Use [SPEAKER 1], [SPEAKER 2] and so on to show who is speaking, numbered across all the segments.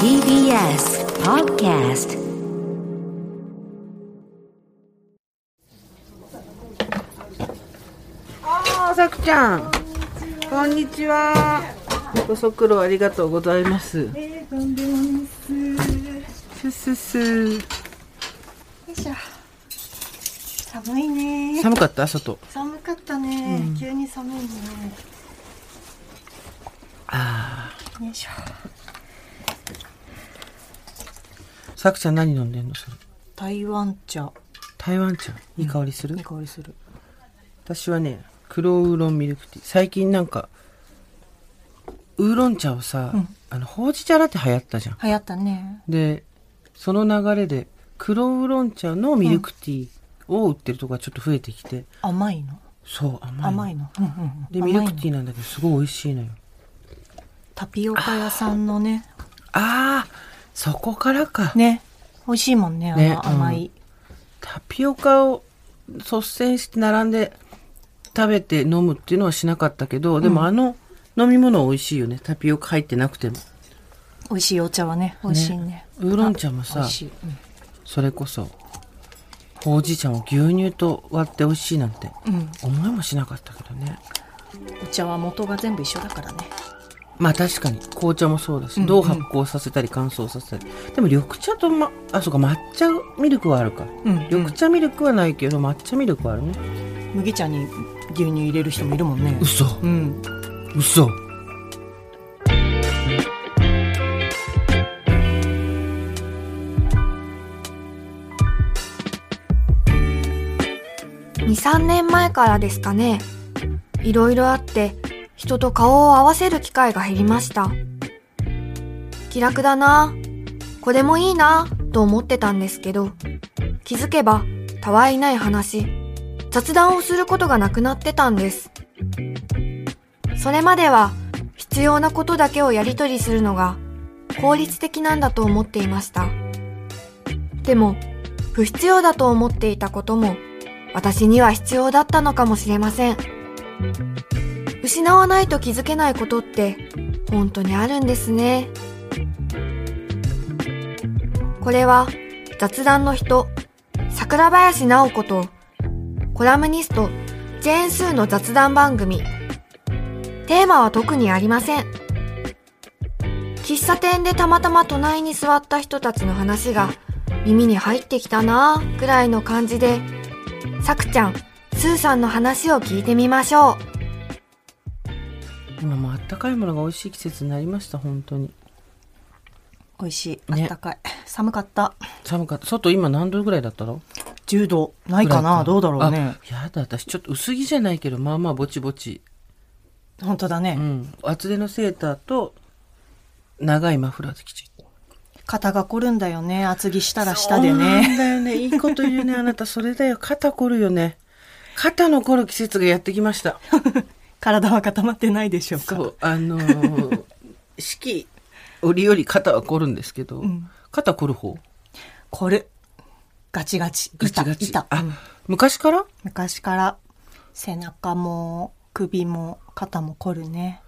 [SPEAKER 1] TBS Podcast
[SPEAKER 2] ああ、さくちゃん。こんにちは。ご足労ありがとうございます。
[SPEAKER 3] えー、とんでもないっす。よ
[SPEAKER 2] すっすっす。
[SPEAKER 3] いしょ。寒いね。
[SPEAKER 2] 寒かった外。
[SPEAKER 3] 寒かったね、急に寒いね。
[SPEAKER 2] あ
[SPEAKER 3] よいしょ。
[SPEAKER 2] あ。さくちゃん何飲んでんのそれ
[SPEAKER 3] 台湾茶。
[SPEAKER 2] 台湾茶。いい香りする、
[SPEAKER 3] いい香りする。
[SPEAKER 2] 私はね、黒ウーロンミルクティー。最近なんか、ウーロン茶をさ、あの、ほうじ茶だって流行ったじゃん。
[SPEAKER 3] 流行ったね。
[SPEAKER 2] で、その流れで、黒ウーロン茶のミルクティーを売ってるとこがちょっと増えてきて、
[SPEAKER 3] 甘いの。
[SPEAKER 2] そう、甘いの。
[SPEAKER 3] 甘いの。うんうんうん。
[SPEAKER 2] で、ミルク
[SPEAKER 3] 甘い
[SPEAKER 2] ティ
[SPEAKER 3] の
[SPEAKER 2] ーなんだけど、すごい美味しいのよ。
[SPEAKER 3] タピオカ屋さんのね。
[SPEAKER 2] ああ、そこからか。
[SPEAKER 3] ね。美味しいもんね。あの
[SPEAKER 2] ね
[SPEAKER 3] 甘い。
[SPEAKER 2] タピオカを率先して並んで食べて飲むっていうのはしなかったけど、でもあの飲み物美味しいよね。タピオカ入ってなくても。
[SPEAKER 3] 美味しいお茶はね。美味しいね。
[SPEAKER 2] ウーロン茶も
[SPEAKER 3] 美
[SPEAKER 2] さ
[SPEAKER 3] 味、しい。
[SPEAKER 2] それこそ、ほうじ茶も牛乳と割って美味しいなんて
[SPEAKER 3] うん。うん
[SPEAKER 2] 思いもしなかったけどね。
[SPEAKER 3] お茶は元が全部一緒だからね。
[SPEAKER 2] まあ確かに紅茶もそうだし、
[SPEAKER 3] うんうん
[SPEAKER 2] どう発酵させたり乾燥させたり。でも緑茶とま、あ、そうか、抹茶ミルクはあるか。
[SPEAKER 3] うん
[SPEAKER 2] 緑茶ミルクはないけど、抹茶ミルクはあるね。
[SPEAKER 3] 麦茶に牛乳入れる人もいるもんね。
[SPEAKER 2] 嘘。
[SPEAKER 3] うん。
[SPEAKER 2] 嘘
[SPEAKER 4] 23年前からですかねいろいろあって人と顔を合わせる機会が減りました気楽だなこれもいいなと思ってたんですけど気づけばたわいない話雑談をすることがなくなってたんですそれまでは必要なことだけをやり取りするのが効率的なんだと思っていましたでも不必要だと思っていたことも私には必要だったのかもしれません。失わないと気づけないことって本当にあるんですね。これは雑談の人、桜林直子とコラムニストジェーンスーの雑談番組。テーマは特にありません。喫茶店でたまたま隣に座った人たちの話が耳に入ってきたなぁくらいの感じでさくちゃん、すーさんの話を聞いてみましょう。
[SPEAKER 2] 今もうあったかいものが美味しい季節になりました本当に
[SPEAKER 3] 美味しい。あ
[SPEAKER 2] ね
[SPEAKER 3] ったかい。寒かった。
[SPEAKER 2] 寒かった外今何度ぐらいだったの
[SPEAKER 3] 10度。ないかなどうだろうね。
[SPEAKER 2] あやだ私ちょっと薄着じゃないけどまあまあぼちぼち
[SPEAKER 3] 本当だ
[SPEAKER 2] う
[SPEAKER 3] ね。
[SPEAKER 2] ん厚手のセーターと長いマフラーできちゃっ
[SPEAKER 3] 肩が凝るんだよね。厚着した
[SPEAKER 2] た
[SPEAKER 3] ら下で
[SPEAKER 2] そ
[SPEAKER 3] ね。
[SPEAKER 2] うなんだよねいいこと言うねあなたそれだよ肩凝るよね肩の凝る季節がやってきました
[SPEAKER 3] 体は固まってないでしょうか。
[SPEAKER 2] そうあのー四季折々肩は凝るんですけど、
[SPEAKER 3] ん
[SPEAKER 2] 肩凝る方
[SPEAKER 3] 凝る。ガチガチ。
[SPEAKER 2] ガチガチ
[SPEAKER 3] 板。板
[SPEAKER 2] あ、
[SPEAKER 3] うん
[SPEAKER 2] 昔から
[SPEAKER 3] 昔から背中も首も肩も凝るね。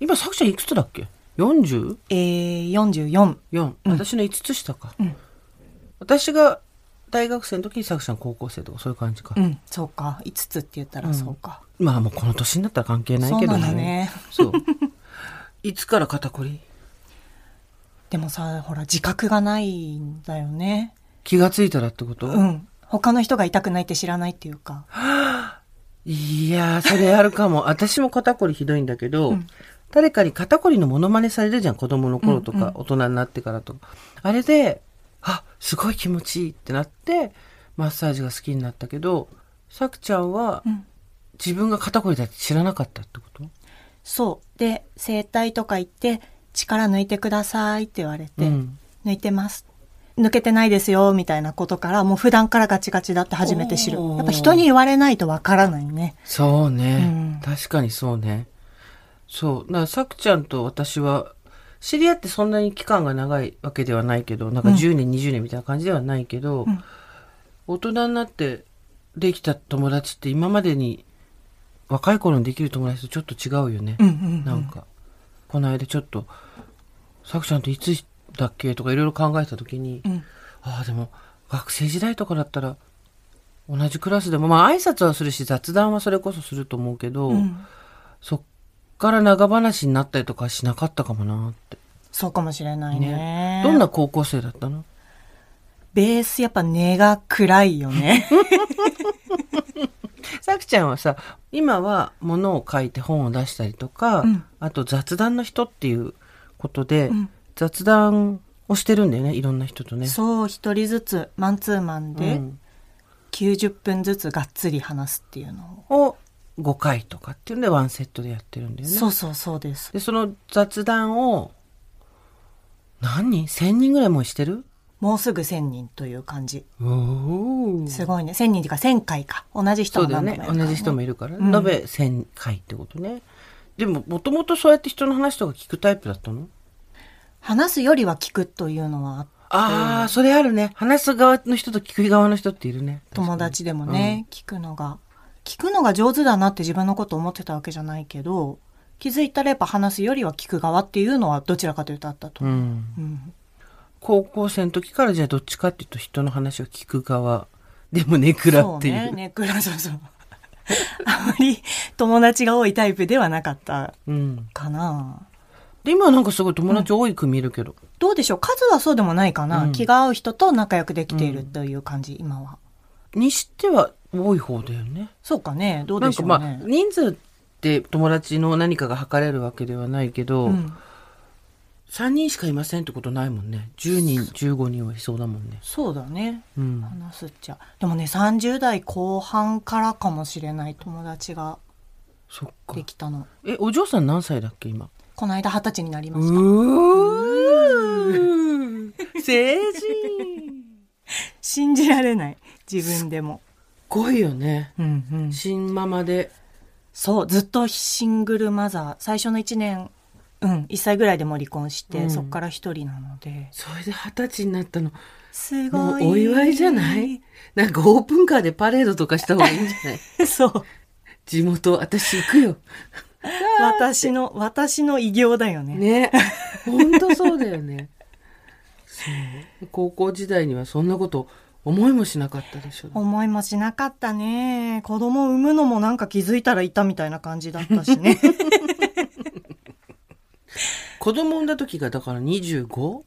[SPEAKER 2] 今作者いくつだっけ 40?
[SPEAKER 3] えー、44。
[SPEAKER 2] 4、私の5つ下か、
[SPEAKER 3] うん
[SPEAKER 2] 私が大学生の時に作者の高校生とかそういう感じか、
[SPEAKER 3] うん、そうか。5つって言ったらそうか。
[SPEAKER 2] まあもうこの年になったら関係ない
[SPEAKER 3] そう
[SPEAKER 2] け
[SPEAKER 3] な
[SPEAKER 2] ど
[SPEAKER 3] んだね。
[SPEAKER 2] そういつから肩こり
[SPEAKER 3] でもさ、ほら、自覚がないんだよね。
[SPEAKER 2] 気がついたらってこと、
[SPEAKER 3] うん。他の人が痛くないって知らないっていうか。
[SPEAKER 2] いやーそれあるかも 私も肩こりひどいんだけど、誰かに肩こりのモノマネされるじゃん子供の頃とか、
[SPEAKER 3] うんうん
[SPEAKER 2] 大人になってからとかあれであすごい気持ちいいってなってマッサージが好きになったけどさくちゃんは
[SPEAKER 3] うん
[SPEAKER 2] 自分が肩こりだって知らなかったってこと、
[SPEAKER 3] そう。で、整体とか行って、力抜いてくださいって言われて、
[SPEAKER 2] うん
[SPEAKER 3] 抜いてます。抜けてないですよ、みたいなことから、もう普段からガチガチだって初めて知る。
[SPEAKER 2] おー
[SPEAKER 3] やっぱ人に言われないとわからないね。
[SPEAKER 2] そうね、
[SPEAKER 3] うん
[SPEAKER 2] 確かにそうねそうだからさくちゃんと私は知り合ってそんなに期間が長いわけではないけどなんか
[SPEAKER 3] うん
[SPEAKER 2] 10年、20年みたいな感じではないけど、
[SPEAKER 3] うん
[SPEAKER 2] 大人になってできた友達って今までに若い頃にできる友達とちょっと違うよね、
[SPEAKER 3] うんうん、うん。
[SPEAKER 2] なんかこの間ちょっとさくちゃんといつだっけとかいろいろ考えた時に、
[SPEAKER 3] うん
[SPEAKER 2] ああでも学生時代とかだったら同じクラスでもまあ挨拶はするし雑談はそれこそすると思うけど、
[SPEAKER 3] うん
[SPEAKER 2] そっから長話になったりとかはしなかったかもなって、
[SPEAKER 3] そうかもしれないね
[SPEAKER 2] どんな高校生だったの
[SPEAKER 3] ベースやっぱ根が暗い よね
[SPEAKER 2] さくちゃんはさ今は物を書いて本を出したりとか、
[SPEAKER 3] うん
[SPEAKER 2] あと雑談の人っていうことで、
[SPEAKER 3] ん
[SPEAKER 2] 雑談をしてるんだよねいろんな人とね。
[SPEAKER 3] そう一人ずつマンツーマン
[SPEAKER 2] う
[SPEAKER 3] で
[SPEAKER 2] ん
[SPEAKER 3] 90分ずつがっつり話すっていうの
[SPEAKER 2] を5回とかっていうのでワンセットでやってるんだ
[SPEAKER 3] を
[SPEAKER 2] よね。
[SPEAKER 3] そうそうそうです
[SPEAKER 2] でその雑談を何人 ?1000 人ぐらいもうしてる
[SPEAKER 3] もうすぐ1000人という感じ
[SPEAKER 2] おお
[SPEAKER 3] すごいね1000人っていうか1000回か同じ人
[SPEAKER 2] そ
[SPEAKER 3] も
[SPEAKER 2] うだよ
[SPEAKER 3] 何度
[SPEAKER 2] ね
[SPEAKER 3] もやるから
[SPEAKER 2] 同じ人もいるから、
[SPEAKER 3] うん
[SPEAKER 2] 延べ1000回ってことねでももともとそうやって人の話とか聞くタイプだったの
[SPEAKER 3] 話すよりは聞くというのは
[SPEAKER 2] ああ、それあるね話す側の人と聞く側の人っているね
[SPEAKER 3] 友達でもね、聞くのが聞くのが上手だなって自分のこと思ってたわけじゃないけど気づいたらやっぱ話すよりは聞く側っていうのはどちらかというとあったと
[SPEAKER 2] う
[SPEAKER 3] 思う、
[SPEAKER 2] ん
[SPEAKER 3] うん
[SPEAKER 2] 高校生の時からじゃあどっちかっていうと人の話を聞く側でもネクラっていう
[SPEAKER 3] そうねネクラそうそう あまり友達が多いタイプではなかった
[SPEAKER 2] うん、
[SPEAKER 3] かな
[SPEAKER 2] で今はなんかすごい友達多い組いるけど、
[SPEAKER 3] どうでしょう数はそうでもないかな、
[SPEAKER 2] うん
[SPEAKER 3] 気が合う人と仲良くできているという感じ、今は
[SPEAKER 2] にしては多い方だよね。
[SPEAKER 3] そうかねどう
[SPEAKER 2] な
[SPEAKER 3] で
[SPEAKER 2] ん
[SPEAKER 3] し
[SPEAKER 2] か
[SPEAKER 3] ょう
[SPEAKER 2] まあ
[SPEAKER 3] ね、
[SPEAKER 2] 人数って友達の何かが測れるわけではないけど、
[SPEAKER 3] うん
[SPEAKER 2] 3人しかいませんってことないもんね10人15人はいそうだもんね。
[SPEAKER 3] そうだね
[SPEAKER 2] うん、
[SPEAKER 3] 話すっちゃでもね30代後半からかもしれない友達が
[SPEAKER 2] そっか
[SPEAKER 3] できたの
[SPEAKER 2] えお嬢さん何歳だっけ今
[SPEAKER 3] この間二十歳になりました
[SPEAKER 2] うー成人
[SPEAKER 3] 信じられない自分でも、
[SPEAKER 2] すごいよね
[SPEAKER 3] うんうん、
[SPEAKER 2] 新ママで
[SPEAKER 3] そうずっとシングルマザー最初の1年うん1歳ぐらいでもう離婚して、
[SPEAKER 2] うん
[SPEAKER 3] そっから一人なので
[SPEAKER 2] それで二十歳になったの
[SPEAKER 3] す
[SPEAKER 2] も
[SPEAKER 3] ご
[SPEAKER 2] う
[SPEAKER 3] い
[SPEAKER 2] お祝いじゃないなんかオープンカーでパレードとかした方がいいんじゃない
[SPEAKER 3] そう
[SPEAKER 2] 地元私行くよ
[SPEAKER 3] 私の私の偉業だよね
[SPEAKER 2] ね本当そうだよねそう高校時代にはそんなこと思いもしなかったでしょ
[SPEAKER 3] 思いもしなかったね子供産むのもなんか気づいたらいたみたいな感じだったし ね
[SPEAKER 2] 子供産んだ時がだから 25?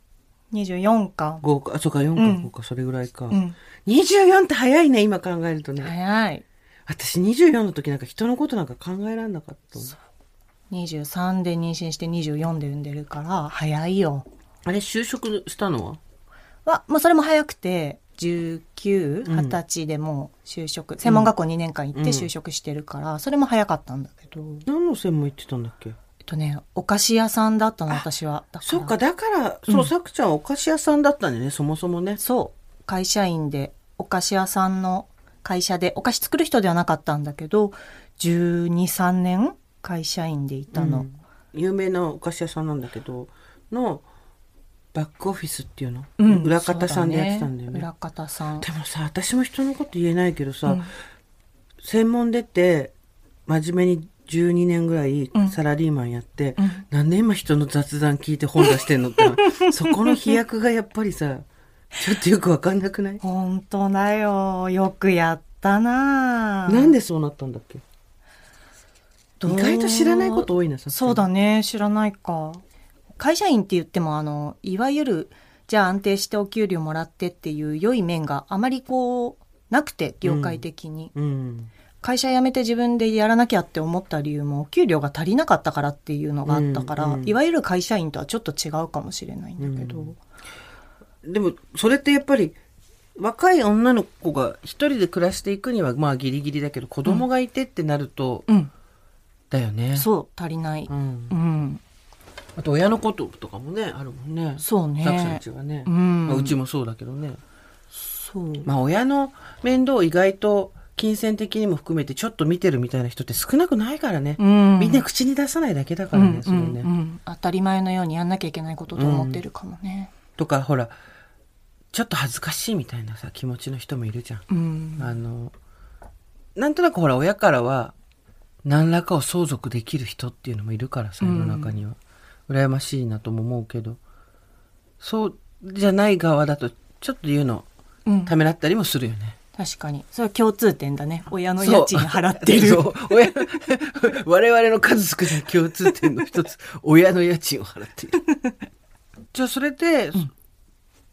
[SPEAKER 3] 24か
[SPEAKER 2] 5かあそうか4か
[SPEAKER 3] うん
[SPEAKER 2] 5か、それぐらいか、
[SPEAKER 3] うん
[SPEAKER 2] 24って早いね今考えるとね
[SPEAKER 3] 早い
[SPEAKER 2] 私24の時なんか人のことなんか考えらんなかったもん
[SPEAKER 3] 23で妊娠して24で産んでるから早いよ
[SPEAKER 2] あれ就職したのは
[SPEAKER 3] は、まあ、それも早く
[SPEAKER 2] うん
[SPEAKER 3] て1920歳でもう就職、専門学校2年間行って就職してるから、それも早かったんだけど
[SPEAKER 2] 何の専門行ってたんだっけ
[SPEAKER 3] えっとねお菓子屋さんだったの私はだら
[SPEAKER 2] そっかだからそうさく、ちゃんはお菓子屋さんだったんだよねそもそもね
[SPEAKER 3] そう会社員でお菓子屋さんの会社でお菓子作る人ではなかったんだけど1 2 3年会社員でいたの、
[SPEAKER 2] うん有名なお菓子屋さんなんだけどのバックオフィスっていうの、
[SPEAKER 3] うん
[SPEAKER 2] 裏方さんでやってたんだよ
[SPEAKER 3] そ
[SPEAKER 2] ね
[SPEAKER 3] う裏方さん
[SPEAKER 2] でもさ私も人のこと言えないけどさ、
[SPEAKER 3] うん
[SPEAKER 2] 専門出て真面目に12年ぐらい
[SPEAKER 3] うん
[SPEAKER 2] サラリーマンやって、
[SPEAKER 3] うん
[SPEAKER 2] なんで今人の雑談聞いて本出してんのって そこの飛躍がやっぱりさちょっとよくわかんなく ない
[SPEAKER 3] 本当だよよくやったなあ
[SPEAKER 2] なんでそうなったんだっけ
[SPEAKER 3] どう
[SPEAKER 2] 意外と知らないこと多いなさ
[SPEAKER 3] そうだね知らないか会社員って言ってもあのいわゆるじゃあ安定してお給料もらってっていう良い面があまりこうなくて業界的に、
[SPEAKER 2] うん
[SPEAKER 3] 会社辞めて自分でやらなきゃって思った理由もお給料が足りなかったからっていうのがあったから、
[SPEAKER 2] うんうん
[SPEAKER 3] いわゆる会社員とはちょっと違うかもしれないんだけど、
[SPEAKER 2] うんでもそれってやっぱり若い女の子が一人で暮らしていくにはまあギリギリだけど子供がいてってなると、
[SPEAKER 3] うん
[SPEAKER 2] だよね。
[SPEAKER 3] そう足りない、
[SPEAKER 2] う
[SPEAKER 3] うんん
[SPEAKER 2] あと親のこととかもねあるもんね。
[SPEAKER 3] そうね
[SPEAKER 2] たくさんちはね、
[SPEAKER 3] うん
[SPEAKER 2] まあ、うちもそうだけどね。
[SPEAKER 3] そう
[SPEAKER 2] まあ親の面倒を意外と金銭的にも含めてちょっと見てるみたいな人って少なくないからね。
[SPEAKER 3] うん
[SPEAKER 2] みんな口に出さないだけだか
[SPEAKER 3] う
[SPEAKER 2] ら
[SPEAKER 3] ん
[SPEAKER 2] ね、
[SPEAKER 3] うん
[SPEAKER 2] それね。
[SPEAKER 3] うん当たり前のようにやんなきゃいけないことと思ってるかもね、
[SPEAKER 2] とかほらちょっと恥ずかしいみたいなさ気持ちの人もいるじゃん。
[SPEAKER 3] うん
[SPEAKER 2] あの、なんとなくほら、親からは、何らかを相続できる人っていうのもいるからさ、世の中には。羨ましいなとも思うけど、そうじゃない側だとちょっと言うの
[SPEAKER 3] うん
[SPEAKER 2] ためらったりもするよね。
[SPEAKER 3] 確かに。それは共通点だね。親の家賃払って る。
[SPEAKER 2] そうそう親 我々の数少ない共通点の一つ親の家賃を払ってい るじゃあそれで、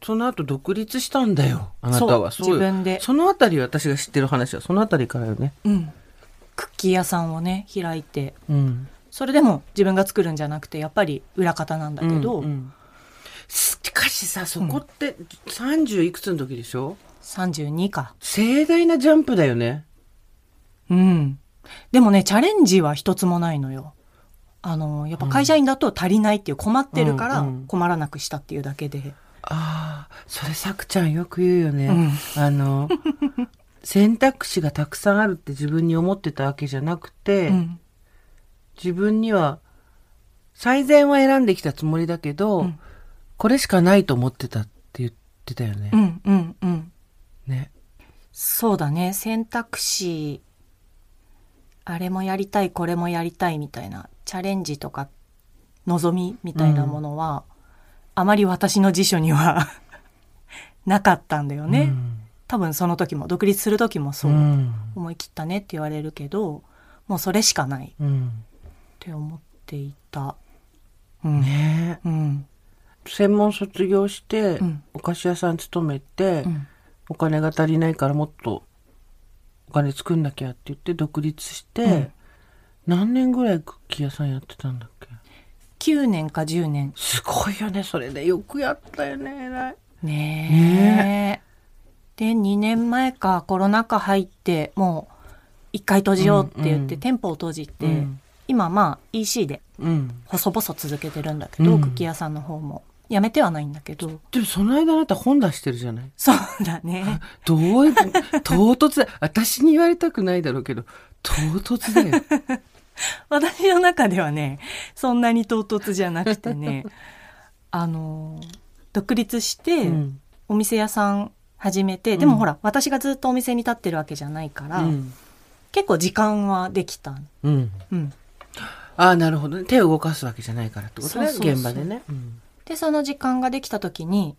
[SPEAKER 2] その後独立したんだよあなたは
[SPEAKER 3] そう
[SPEAKER 2] よ
[SPEAKER 3] 自分で
[SPEAKER 2] そのあたり私が知ってる話はそのあたりからよね、
[SPEAKER 3] うん。クッキー屋さんをね、開いて。
[SPEAKER 2] うん、
[SPEAKER 3] それでも自分が作るんじゃなくて、やっぱり裏方なんだけど、
[SPEAKER 2] うんうんしかしさそこって30いくつの時でしょ
[SPEAKER 3] 32か。
[SPEAKER 2] 盛大なジャンプだよね
[SPEAKER 3] うん。でもね、チャレンジは一つもないのよ。あの、やっぱ会社員だと足りないっていう、困ってるか
[SPEAKER 2] う
[SPEAKER 3] ら
[SPEAKER 2] んうん
[SPEAKER 3] 困らなくしたっていうだけで。
[SPEAKER 2] ああそれさくちゃんよく言うよね、
[SPEAKER 3] う
[SPEAKER 2] あの選択肢がたくさんあるって自分に思ってたわけじゃなくて、
[SPEAKER 3] うん。
[SPEAKER 2] 自分には最善は選んできたつもりだけど、
[SPEAKER 3] うん
[SPEAKER 2] これしかないと思ってたって言ってたよね
[SPEAKER 3] う。ん、うん、うん。
[SPEAKER 2] ね
[SPEAKER 3] そうだね。選択肢、あれもやりたい、これもやりたいみたいな、チャレンジとか、望みみたいなものは、あまり私の辞書には なかったんだよね。多分その時も、独立する時も
[SPEAKER 2] う
[SPEAKER 3] そう、
[SPEAKER 2] ん
[SPEAKER 3] 思い切ったねって言われるけど、もうそれしかない。
[SPEAKER 2] うん
[SPEAKER 3] って思っていた。うん。
[SPEAKER 2] ね
[SPEAKER 3] うん。
[SPEAKER 2] 専門卒業して、
[SPEAKER 3] うん
[SPEAKER 2] お菓子屋さん勤めて、
[SPEAKER 3] うん
[SPEAKER 2] お金が足りないからもっとお金作んなきゃって言って独立して、
[SPEAKER 3] うん
[SPEAKER 2] 何年ぐらいクッキー屋さんやってたんだっけ
[SPEAKER 3] 9年か10年。
[SPEAKER 2] すごいよねそれでよくやったよね偉い。
[SPEAKER 3] ねえ。で、2年前かコロナ禍入って、もう一回閉じようって言って、
[SPEAKER 2] うんうん
[SPEAKER 3] 店舗を閉じて、
[SPEAKER 2] うん
[SPEAKER 3] 今まあ EC で
[SPEAKER 2] うん、
[SPEAKER 3] 細々続けてるんだけど、
[SPEAKER 2] うん
[SPEAKER 3] クッキー屋さんの方も。やめてはないんだけど。
[SPEAKER 2] でもその間あなた本出してるじゃない
[SPEAKER 3] そうだ ね。
[SPEAKER 2] どういう、唐突だ。私に言われたくないだろうけど、唐突だ よ。
[SPEAKER 3] 私の中ではね、そんなに唐突じゃなく てね、あの、独立して、
[SPEAKER 2] うん
[SPEAKER 3] お店屋さん始めて、で
[SPEAKER 2] う
[SPEAKER 3] も
[SPEAKER 2] ん
[SPEAKER 3] ほら、私がずっとお店に立ってるわけじゃないから、
[SPEAKER 2] うん。
[SPEAKER 3] 結構時間はできた。
[SPEAKER 2] うん。
[SPEAKER 3] うん。
[SPEAKER 2] ああ、なるほどね。手を動かすわけじゃないからってことね。
[SPEAKER 3] そうそうそう
[SPEAKER 2] 現場でね。うん
[SPEAKER 3] で、その時間ができた時に、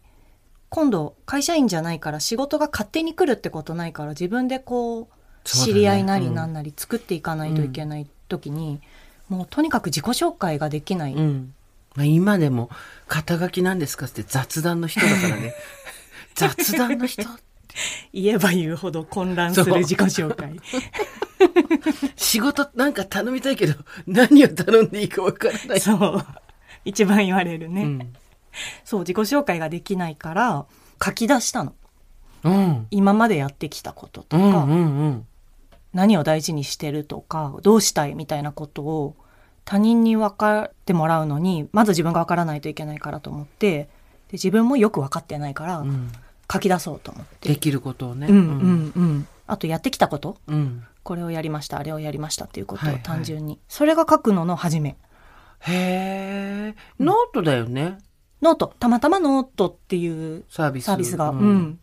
[SPEAKER 3] 今度会社員じゃないから仕事が勝手に来るってことないから、自分でこう、
[SPEAKER 2] そうだね
[SPEAKER 3] 知り合いなりなんなり作っていかないといけない時に、もうとにかく自己紹介ができない。
[SPEAKER 2] うん。まあ、今でも、肩書きなんですかって雑談の人だから ね。雑談の人
[SPEAKER 3] 言えば言うほど混乱す
[SPEAKER 2] そう
[SPEAKER 3] る自己紹介。
[SPEAKER 2] 仕事なんか頼みたいけど、何を頼んでいいかわからない。
[SPEAKER 3] そう。一番言われるね、
[SPEAKER 2] うん。
[SPEAKER 3] そう、自己紹介ができないから、書き出したの。
[SPEAKER 2] うん。
[SPEAKER 3] 今までやってきたことと
[SPEAKER 2] う
[SPEAKER 3] か、
[SPEAKER 2] んうんうん。
[SPEAKER 3] 何を大事にしてるとかどうしたいみたいなことを他人に分かってもらうのにまず自分が分からないといけないからと思ってで自分もよく分かってないから
[SPEAKER 2] うん
[SPEAKER 3] 書き出そうと思って、
[SPEAKER 2] できることをね。
[SPEAKER 3] うんうんうん、あとやってきたこと
[SPEAKER 2] うん。うん。
[SPEAKER 3] これをやりましたあれをやりましたっていうこと
[SPEAKER 2] はい
[SPEAKER 3] を
[SPEAKER 2] はい
[SPEAKER 3] 単純に、それが書くのの初め
[SPEAKER 2] へえ。ノートだよね。
[SPEAKER 3] ノートたまたまノートっていう
[SPEAKER 2] サービス。
[SPEAKER 3] サービスが、うん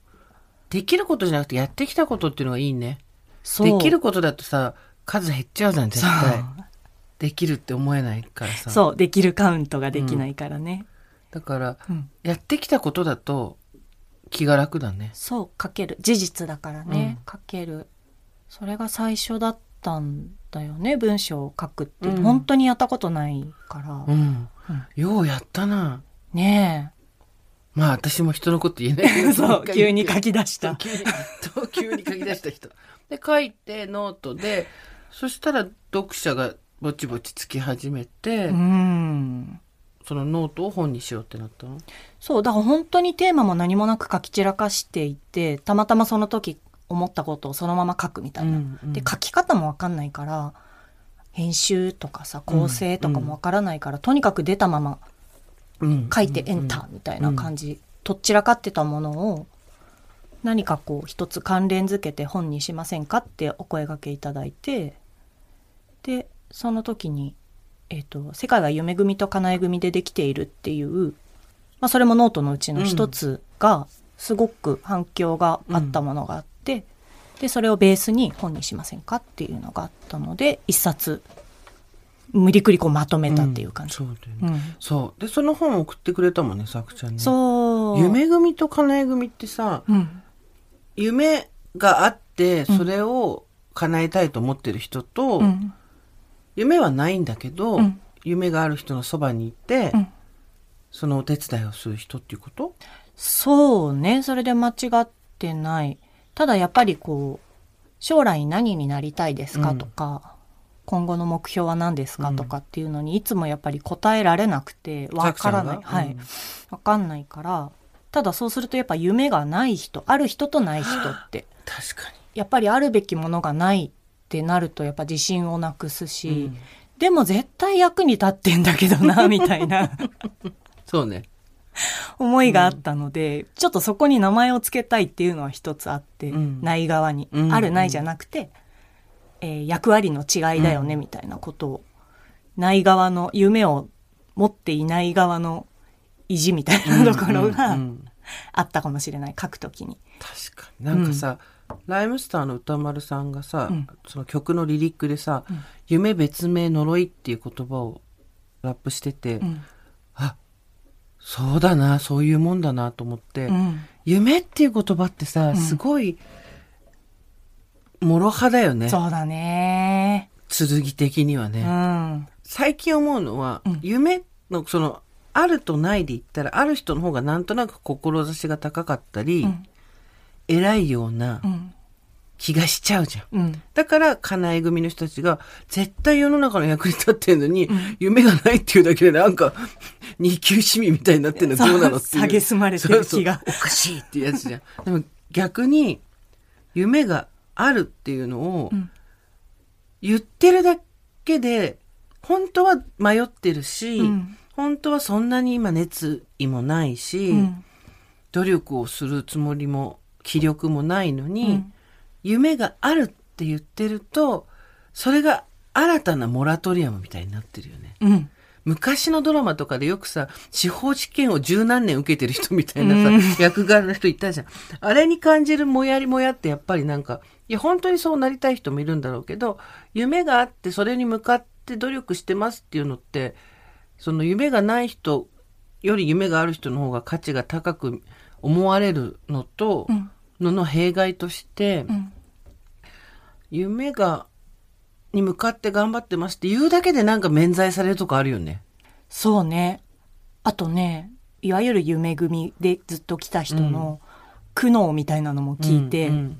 [SPEAKER 2] できることじゃなくてやってきたことっていうのがいいね。
[SPEAKER 3] そう
[SPEAKER 2] できることだとさ、数減っちゃうじゃん、絶対。できるって思えないからさ。
[SPEAKER 3] そうできるカウントができないからね、
[SPEAKER 2] だから、
[SPEAKER 3] うん
[SPEAKER 2] やってきたことだと気が楽だね。
[SPEAKER 3] そうかける事実だからね、かけるそれが最初だったんだよね文章を書くって、
[SPEAKER 2] うん
[SPEAKER 3] 本当にやったことないから、
[SPEAKER 2] うん。
[SPEAKER 3] うん
[SPEAKER 2] ようやったな。
[SPEAKER 3] ね
[SPEAKER 2] まあ私も人のこと言えないけ
[SPEAKER 3] え
[SPEAKER 2] ど。
[SPEAKER 3] そう急に書
[SPEAKER 2] き
[SPEAKER 3] き出した
[SPEAKER 2] 急に、急に書き出した人。で、書いてノートで、そしたら読者がぼちぼちつき始めて、
[SPEAKER 3] うん
[SPEAKER 2] そのノートを本にしようってなったの
[SPEAKER 3] そうだから本当にテーマも何もなく書き散らかしていてたまたまその時思ったことをそのまま書くみたいな、
[SPEAKER 2] うんうん
[SPEAKER 3] で書き方もわかんないから編集とかさ構成とかもわからないから、とにかく出たまま
[SPEAKER 2] うん
[SPEAKER 3] 書いてエンターみたいな感じ、とっちらかってたものを何かこう一つ関連づけて本にしませんかってお声掛けいただいてでその時に、えっと「世界は夢組と叶え組でできている」っていう、まあ、それもノートのうちの一つがすごく反響があったものがあって、でそれをベースに本にしませんかっていうのがあったので一冊無理くりこうまとめたっていう感じ。
[SPEAKER 2] そうだよ
[SPEAKER 3] う
[SPEAKER 2] ね、
[SPEAKER 3] ん
[SPEAKER 2] そう。で、その本送ってくれたもんね、さくちゃんね。
[SPEAKER 3] そう。
[SPEAKER 2] 夢組と叶え組ってさ、
[SPEAKER 3] うん。
[SPEAKER 2] 夢があって、それを叶えたいと思ってる人と、
[SPEAKER 3] うん。
[SPEAKER 2] 夢はないんだけど、
[SPEAKER 3] うん
[SPEAKER 2] 夢がある人のそばに行って、
[SPEAKER 3] うん
[SPEAKER 2] そのお手伝いをする人っていうこと
[SPEAKER 3] そうね。それで間違ってない。ただやっぱりこう、将来何になりたいですかとか、今後の目標は何ですかとかっていうのに、いつもやっぱり答えられなくて、わからない。
[SPEAKER 2] ザクさんが
[SPEAKER 3] は
[SPEAKER 2] う
[SPEAKER 3] い
[SPEAKER 2] ん。
[SPEAKER 3] わかんないから、ただそうするとやっぱ夢がない人、ある人とない人って、
[SPEAKER 2] 確か
[SPEAKER 3] やっぱりあるべきものがないってなるとやっぱ自信をなくすし、
[SPEAKER 2] に、うん
[SPEAKER 3] でも絶対役に立ってんだけどな、みたいな
[SPEAKER 2] そうね。
[SPEAKER 3] 思いがあったので、ちょっとそこに名前を付けたいっていうのは一つあって、
[SPEAKER 2] うん
[SPEAKER 3] ない側に、
[SPEAKER 2] うん
[SPEAKER 3] あるないじゃなくて、えー役割の違いだよね、みたいなことを、ない側の夢を持っていない側の意地みたいなところ
[SPEAKER 2] うんう
[SPEAKER 3] が
[SPEAKER 2] んうん
[SPEAKER 3] あったかもしれない、書くときに。
[SPEAKER 2] 確かになんかさ、ライムスターの歌丸さんがさ、
[SPEAKER 3] うん
[SPEAKER 2] その曲のリリックでさ「夢別名呪い」っていう言葉をラップしてて、
[SPEAKER 3] うん
[SPEAKER 2] あそうだなそういうもんだなと思って、
[SPEAKER 3] うん
[SPEAKER 2] 夢っていう言葉ってさ、
[SPEAKER 3] ん
[SPEAKER 2] すごい諸刃だよね
[SPEAKER 3] そうだね。
[SPEAKER 2] 剣的にはね、
[SPEAKER 3] うん。
[SPEAKER 2] 最近思うのは、
[SPEAKER 3] うん
[SPEAKER 2] 夢のそのあるとないで言ったらある人の方がなんとなく志が高かったり、
[SPEAKER 3] うん
[SPEAKER 2] 偉いような
[SPEAKER 3] うん。
[SPEAKER 2] 気がしちゃうじゃん。
[SPEAKER 3] うん。
[SPEAKER 2] だから、家内組の人たちが、絶対世の中の役に立ってんのに、夢がないっていうだけで、なんか、二級市民みたいになってんのどうなのっていう。
[SPEAKER 3] そう蔑まれてる気が
[SPEAKER 2] そうそうおかしいっていうやつじゃん。でも、逆に、夢があるっていうのを
[SPEAKER 3] うん、
[SPEAKER 2] 言ってるだけで、本当は迷ってるし、
[SPEAKER 3] うん
[SPEAKER 2] 本当はそんなに今熱意もないし、
[SPEAKER 3] うん。
[SPEAKER 2] 努力をするつもりも気力もないのに、
[SPEAKER 3] うん
[SPEAKER 2] 夢があるって言ってるとそれが新たなモラトリアムみたいになってるよね
[SPEAKER 3] うん。
[SPEAKER 2] 昔のドラマとかでよくさ司法試験を十何年受けてる人みたいなさ、役柄の人いたじゃんあれに感じるもやりもやってやっぱりなんかいや本当にそうなりたい人もいるんだろうけど夢があってそれに向かって努力してますっていうのってその夢がない人より夢がある人の方が価値が高く思われるのと、
[SPEAKER 3] うん
[SPEAKER 2] のの弊害として、
[SPEAKER 3] ん
[SPEAKER 2] 夢がに向かって頑張ってますって言うだけでなんか免罪されるとこあるよね。
[SPEAKER 3] そうね。あとね、いわゆる夢組でずっと来た人の苦悩みたいなのも聞いて、
[SPEAKER 2] うんうん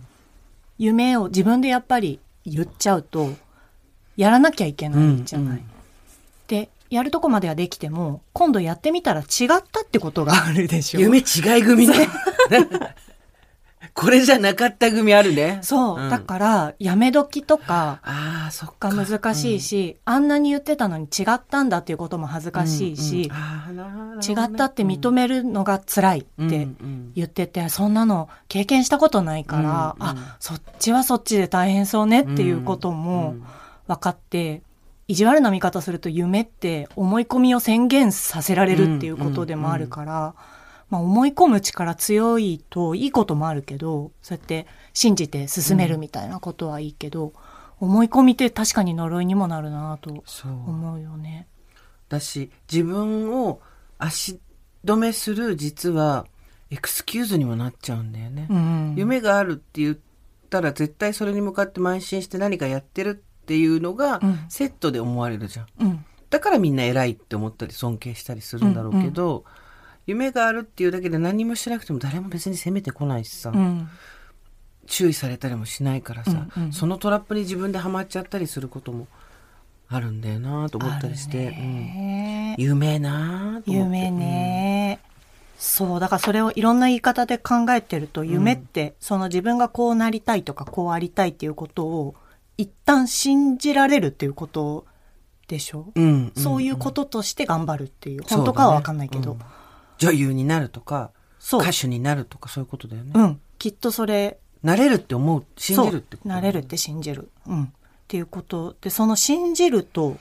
[SPEAKER 3] 夢を自分でやっぱり言っちゃうと、やらなきゃいけないじゃ
[SPEAKER 2] う
[SPEAKER 3] ない。
[SPEAKER 2] んうん
[SPEAKER 3] で、やるとこまではできても、今度やってみたら違ったってことがあるでしょ。
[SPEAKER 2] 夢違い組ね。 これじゃなかった組あるね。
[SPEAKER 3] そう、
[SPEAKER 2] ん
[SPEAKER 3] だから、やめ時とか
[SPEAKER 2] ああ、そっか。
[SPEAKER 3] が難しいし、あんなに言ってたのに違ったんだっていうことも恥ずかしいし、違ったって認めるのが辛いって言ってて、そんなの経験したことないから、
[SPEAKER 2] うんうん
[SPEAKER 3] あ、そっちはそっちで大変そうねっていうことも分かって、意地悪な見方すると夢って思い込みを宣言させられるっていうことでもあるから、まあ思い込む力強いといいこともあるけど、そうやって信じて進めるみたいなことはいいけど、思い込みって確かに呪いにもなるなと
[SPEAKER 2] そう。
[SPEAKER 3] 思うよね。
[SPEAKER 2] だし、自分を足止めする実は、エクスキューズにもなっちゃうんだよね。
[SPEAKER 3] うん。
[SPEAKER 2] 夢があるって言ったら絶対それに向かって邁進して何かやってるっていうのが
[SPEAKER 3] うん
[SPEAKER 2] セットで思われるじゃん。
[SPEAKER 3] うん。
[SPEAKER 2] だからみんな偉いって思ったり尊敬したりするんだろうけど、夢があるっていうだけで何もしなくても誰も別に責めてこないしさ、
[SPEAKER 3] うん。
[SPEAKER 2] 注意されたりもしないからさ、
[SPEAKER 3] うんうん
[SPEAKER 2] そのトラップに自分ではまっちゃったりすることもあるんだよなと思ったりして、
[SPEAKER 3] あるね
[SPEAKER 2] うん、夢なぁと思って
[SPEAKER 3] 夢、ね、そうだからそれをいろんな言い方で考えてると夢って、その自分がこうなりたいとかこうありたいっていうことを一旦信じられるっていうことでしょ、
[SPEAKER 2] うんうん
[SPEAKER 3] そういうこととして頑張るっていう、本当かは分かんないけど
[SPEAKER 2] そうだねうん女優になるとか
[SPEAKER 3] そう,、
[SPEAKER 2] 歌手になるとかそういうことだよね、
[SPEAKER 3] うんきっとそれ
[SPEAKER 2] なれるって思う信じるってこと
[SPEAKER 3] そうなれるって信じる、うん、っていうことでその信じると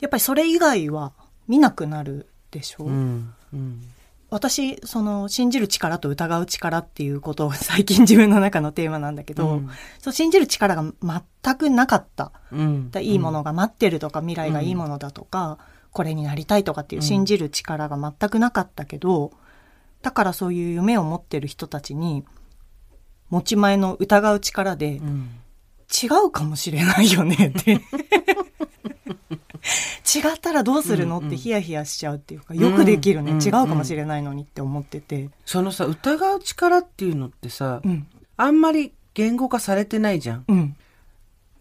[SPEAKER 3] やっぱりそれ以外は見なくなるでしょ、
[SPEAKER 2] うんうん
[SPEAKER 3] 私、その、信じる力と疑う力っていうことを最近自分の中のテーマなんだけど、
[SPEAKER 2] うん
[SPEAKER 3] そう信じる力が全くなかった。
[SPEAKER 2] うん
[SPEAKER 3] だいいものが待ってるとか、未来がいいものだとか、これになりたいとかっていう信じる力が全くなかったけど、だからそういう夢を持ってる人たちに、持ち前の疑う力で、
[SPEAKER 2] うん
[SPEAKER 3] 違うかもしれないよねって。違ったらどうするの
[SPEAKER 2] うん
[SPEAKER 3] っ
[SPEAKER 2] うん
[SPEAKER 3] てヒヤヒヤしちゃうっていうか、よくできるね、
[SPEAKER 2] うん
[SPEAKER 3] 違うかもしれないのにって思ってて。
[SPEAKER 2] そのさ疑う力っていうのってさ、
[SPEAKER 3] うん。
[SPEAKER 2] あんまり言語化されてないじゃん
[SPEAKER 3] うん。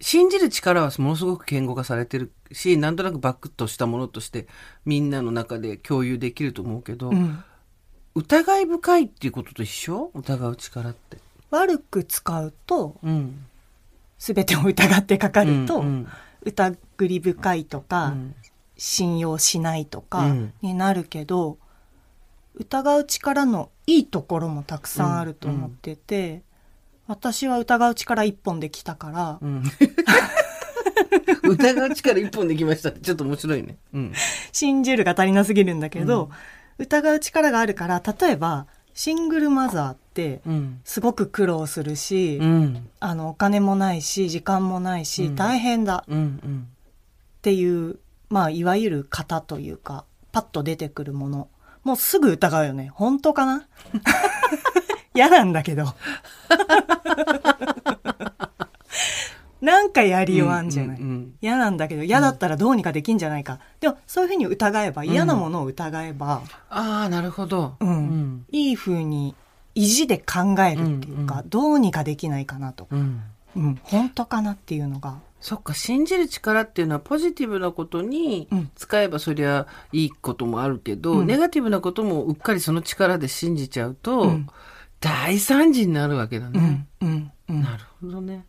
[SPEAKER 2] 信じる力はものすごく言語化されてるしなんとなくバックッとしたものとしてみんなの中で共有できると思うけど、
[SPEAKER 3] うん。
[SPEAKER 2] 疑い深いっていうことと一緒疑う力って。
[SPEAKER 3] 悪く使うと、
[SPEAKER 2] うん、
[SPEAKER 3] すべてを疑ってかかると、
[SPEAKER 2] うん
[SPEAKER 3] 疑り深いと
[SPEAKER 2] う
[SPEAKER 3] か、
[SPEAKER 2] ん
[SPEAKER 3] 信用しないと
[SPEAKER 2] う
[SPEAKER 3] か
[SPEAKER 2] ん
[SPEAKER 3] になるけど、疑う力のいいところもたくさんあると思ってて、私は疑う力一本できたから、
[SPEAKER 2] うん 疑う力一本できましたってちょっと面白いね。うん
[SPEAKER 3] 信じるが足りなすぎるんだけど、疑う力があるから例えばシングルマザーって
[SPEAKER 2] うん
[SPEAKER 3] すごく苦労するし、
[SPEAKER 2] うん
[SPEAKER 3] あのお金もないし時間もないし、
[SPEAKER 2] うん
[SPEAKER 3] 大変だっ
[SPEAKER 2] うん
[SPEAKER 3] ていうまあいわゆる型というかパッと出てくるものもうすぐ疑うよね本当 かな嫌なんだけどなんかやりようあんじゃない、
[SPEAKER 2] うんうん
[SPEAKER 3] 嫌なんだけど嫌だったらどうにかできんじゃないか、でもそういうふうに疑えば嫌なものを疑えば、
[SPEAKER 2] ああなるほど。
[SPEAKER 3] うんいいふうに意地で考えるっていうか、
[SPEAKER 2] うん
[SPEAKER 3] どうにかできないかなとか、
[SPEAKER 2] うんうん
[SPEAKER 3] うん、本当かなっていうのが、
[SPEAKER 2] そっか信じる力っていうのはポジティブなことに
[SPEAKER 3] うん
[SPEAKER 2] 使えばそりゃいいこともあるけど、
[SPEAKER 3] うん
[SPEAKER 2] ネガティブなこともうっかりその力で信じちゃうと、
[SPEAKER 3] うん
[SPEAKER 2] 大惨事になるわけだね。
[SPEAKER 3] うんうん
[SPEAKER 2] なるほどね。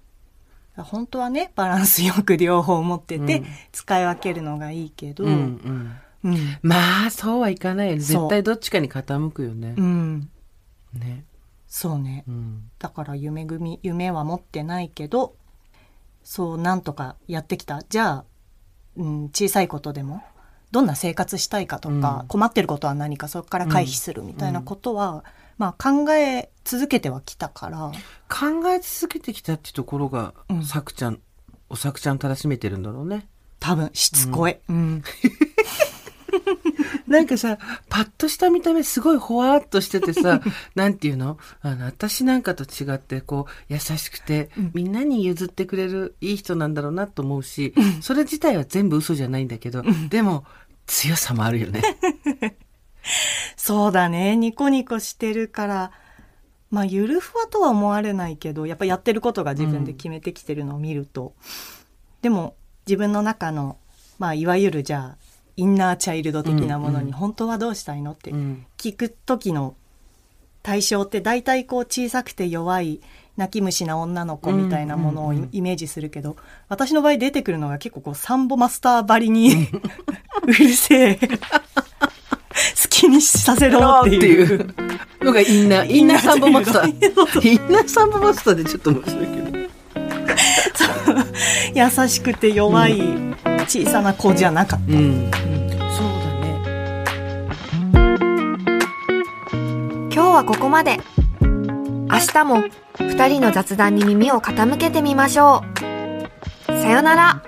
[SPEAKER 3] 本当はねバランスよく両方持ってて、
[SPEAKER 2] うん
[SPEAKER 3] 使い分けるのがいいけど、
[SPEAKER 2] うんうん
[SPEAKER 3] うん
[SPEAKER 2] まあそうはいかないよね
[SPEAKER 3] そ
[SPEAKER 2] 絶
[SPEAKER 3] う
[SPEAKER 2] 対どっちかに傾くよね
[SPEAKER 3] う。ん
[SPEAKER 2] ね。
[SPEAKER 3] そうね
[SPEAKER 2] うん
[SPEAKER 3] だから夢組夢は持ってないけどそうなんとかやってきたじゃあ、うん、小さいことでもどんな生活したいかとか、
[SPEAKER 2] うん
[SPEAKER 3] 困ってることは何かそこから回避するみたいなことは、まあ、考え続けてはきたから
[SPEAKER 2] 考え続けてきたってところが、
[SPEAKER 3] うん
[SPEAKER 2] さくちゃんおさくちゃんたらしめてるんだろうね。
[SPEAKER 3] 多分しつこい、うん
[SPEAKER 2] なんかさ、パッとした見た目すごいほわーっとしてて さ、なんていうのあの、私なんかと違って、こう、優しくて、みんなに譲ってくれるいい人なんだろうなと思うし、それ自体は全部嘘じゃないんだけど、でも、強さもあるよね。
[SPEAKER 3] そうだねニコニコしてるからまあゆるふわとは思われないけどやっぱやってることが自分で決めてきてるのを見ると、でも自分の中のまあいわゆるじゃあインナーチャイルド的なも
[SPEAKER 2] う
[SPEAKER 3] の
[SPEAKER 2] んう
[SPEAKER 3] に
[SPEAKER 2] ん
[SPEAKER 3] 本当はどうしたいのって
[SPEAKER 2] うん。
[SPEAKER 3] 聞く時の対象って大体こう小さくて弱い泣き虫な女の子みたいなものを
[SPEAKER 2] うんうんうん
[SPEAKER 3] イメージするけど、私の場合出てくるのが結構こうサンボマスターばりにうるせえ好きにさせろっていう
[SPEAKER 2] っていうのがインナー、インナーサンボマスター。イ
[SPEAKER 3] そうそう
[SPEAKER 2] ンナーサンボマスターでちょっと面白いけど。
[SPEAKER 3] 優しくて弱い小さな子じゃなかった、
[SPEAKER 2] うん。そうだね。
[SPEAKER 4] 今日はここまで明日も2人の雑談に耳を傾けてみましょうさよなら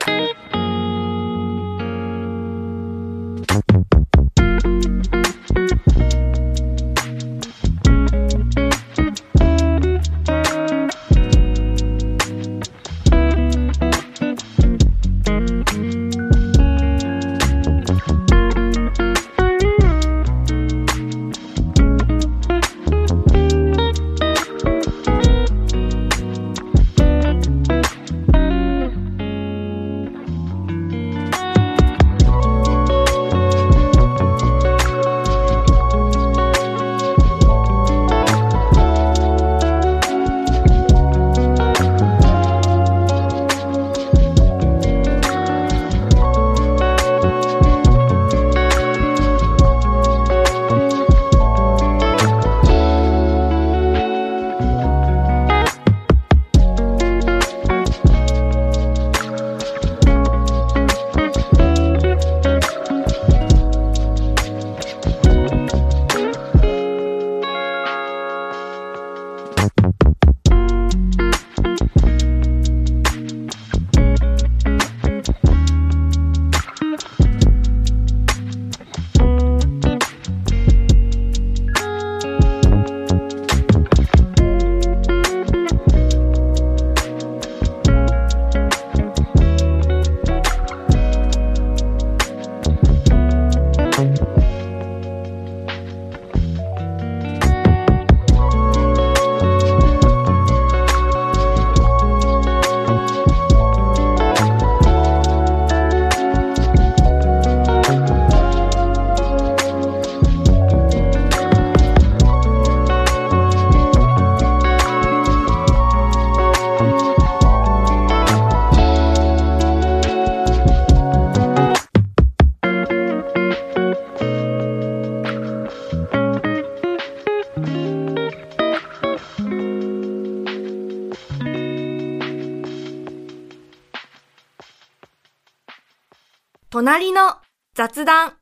[SPEAKER 4] 隣の雑談。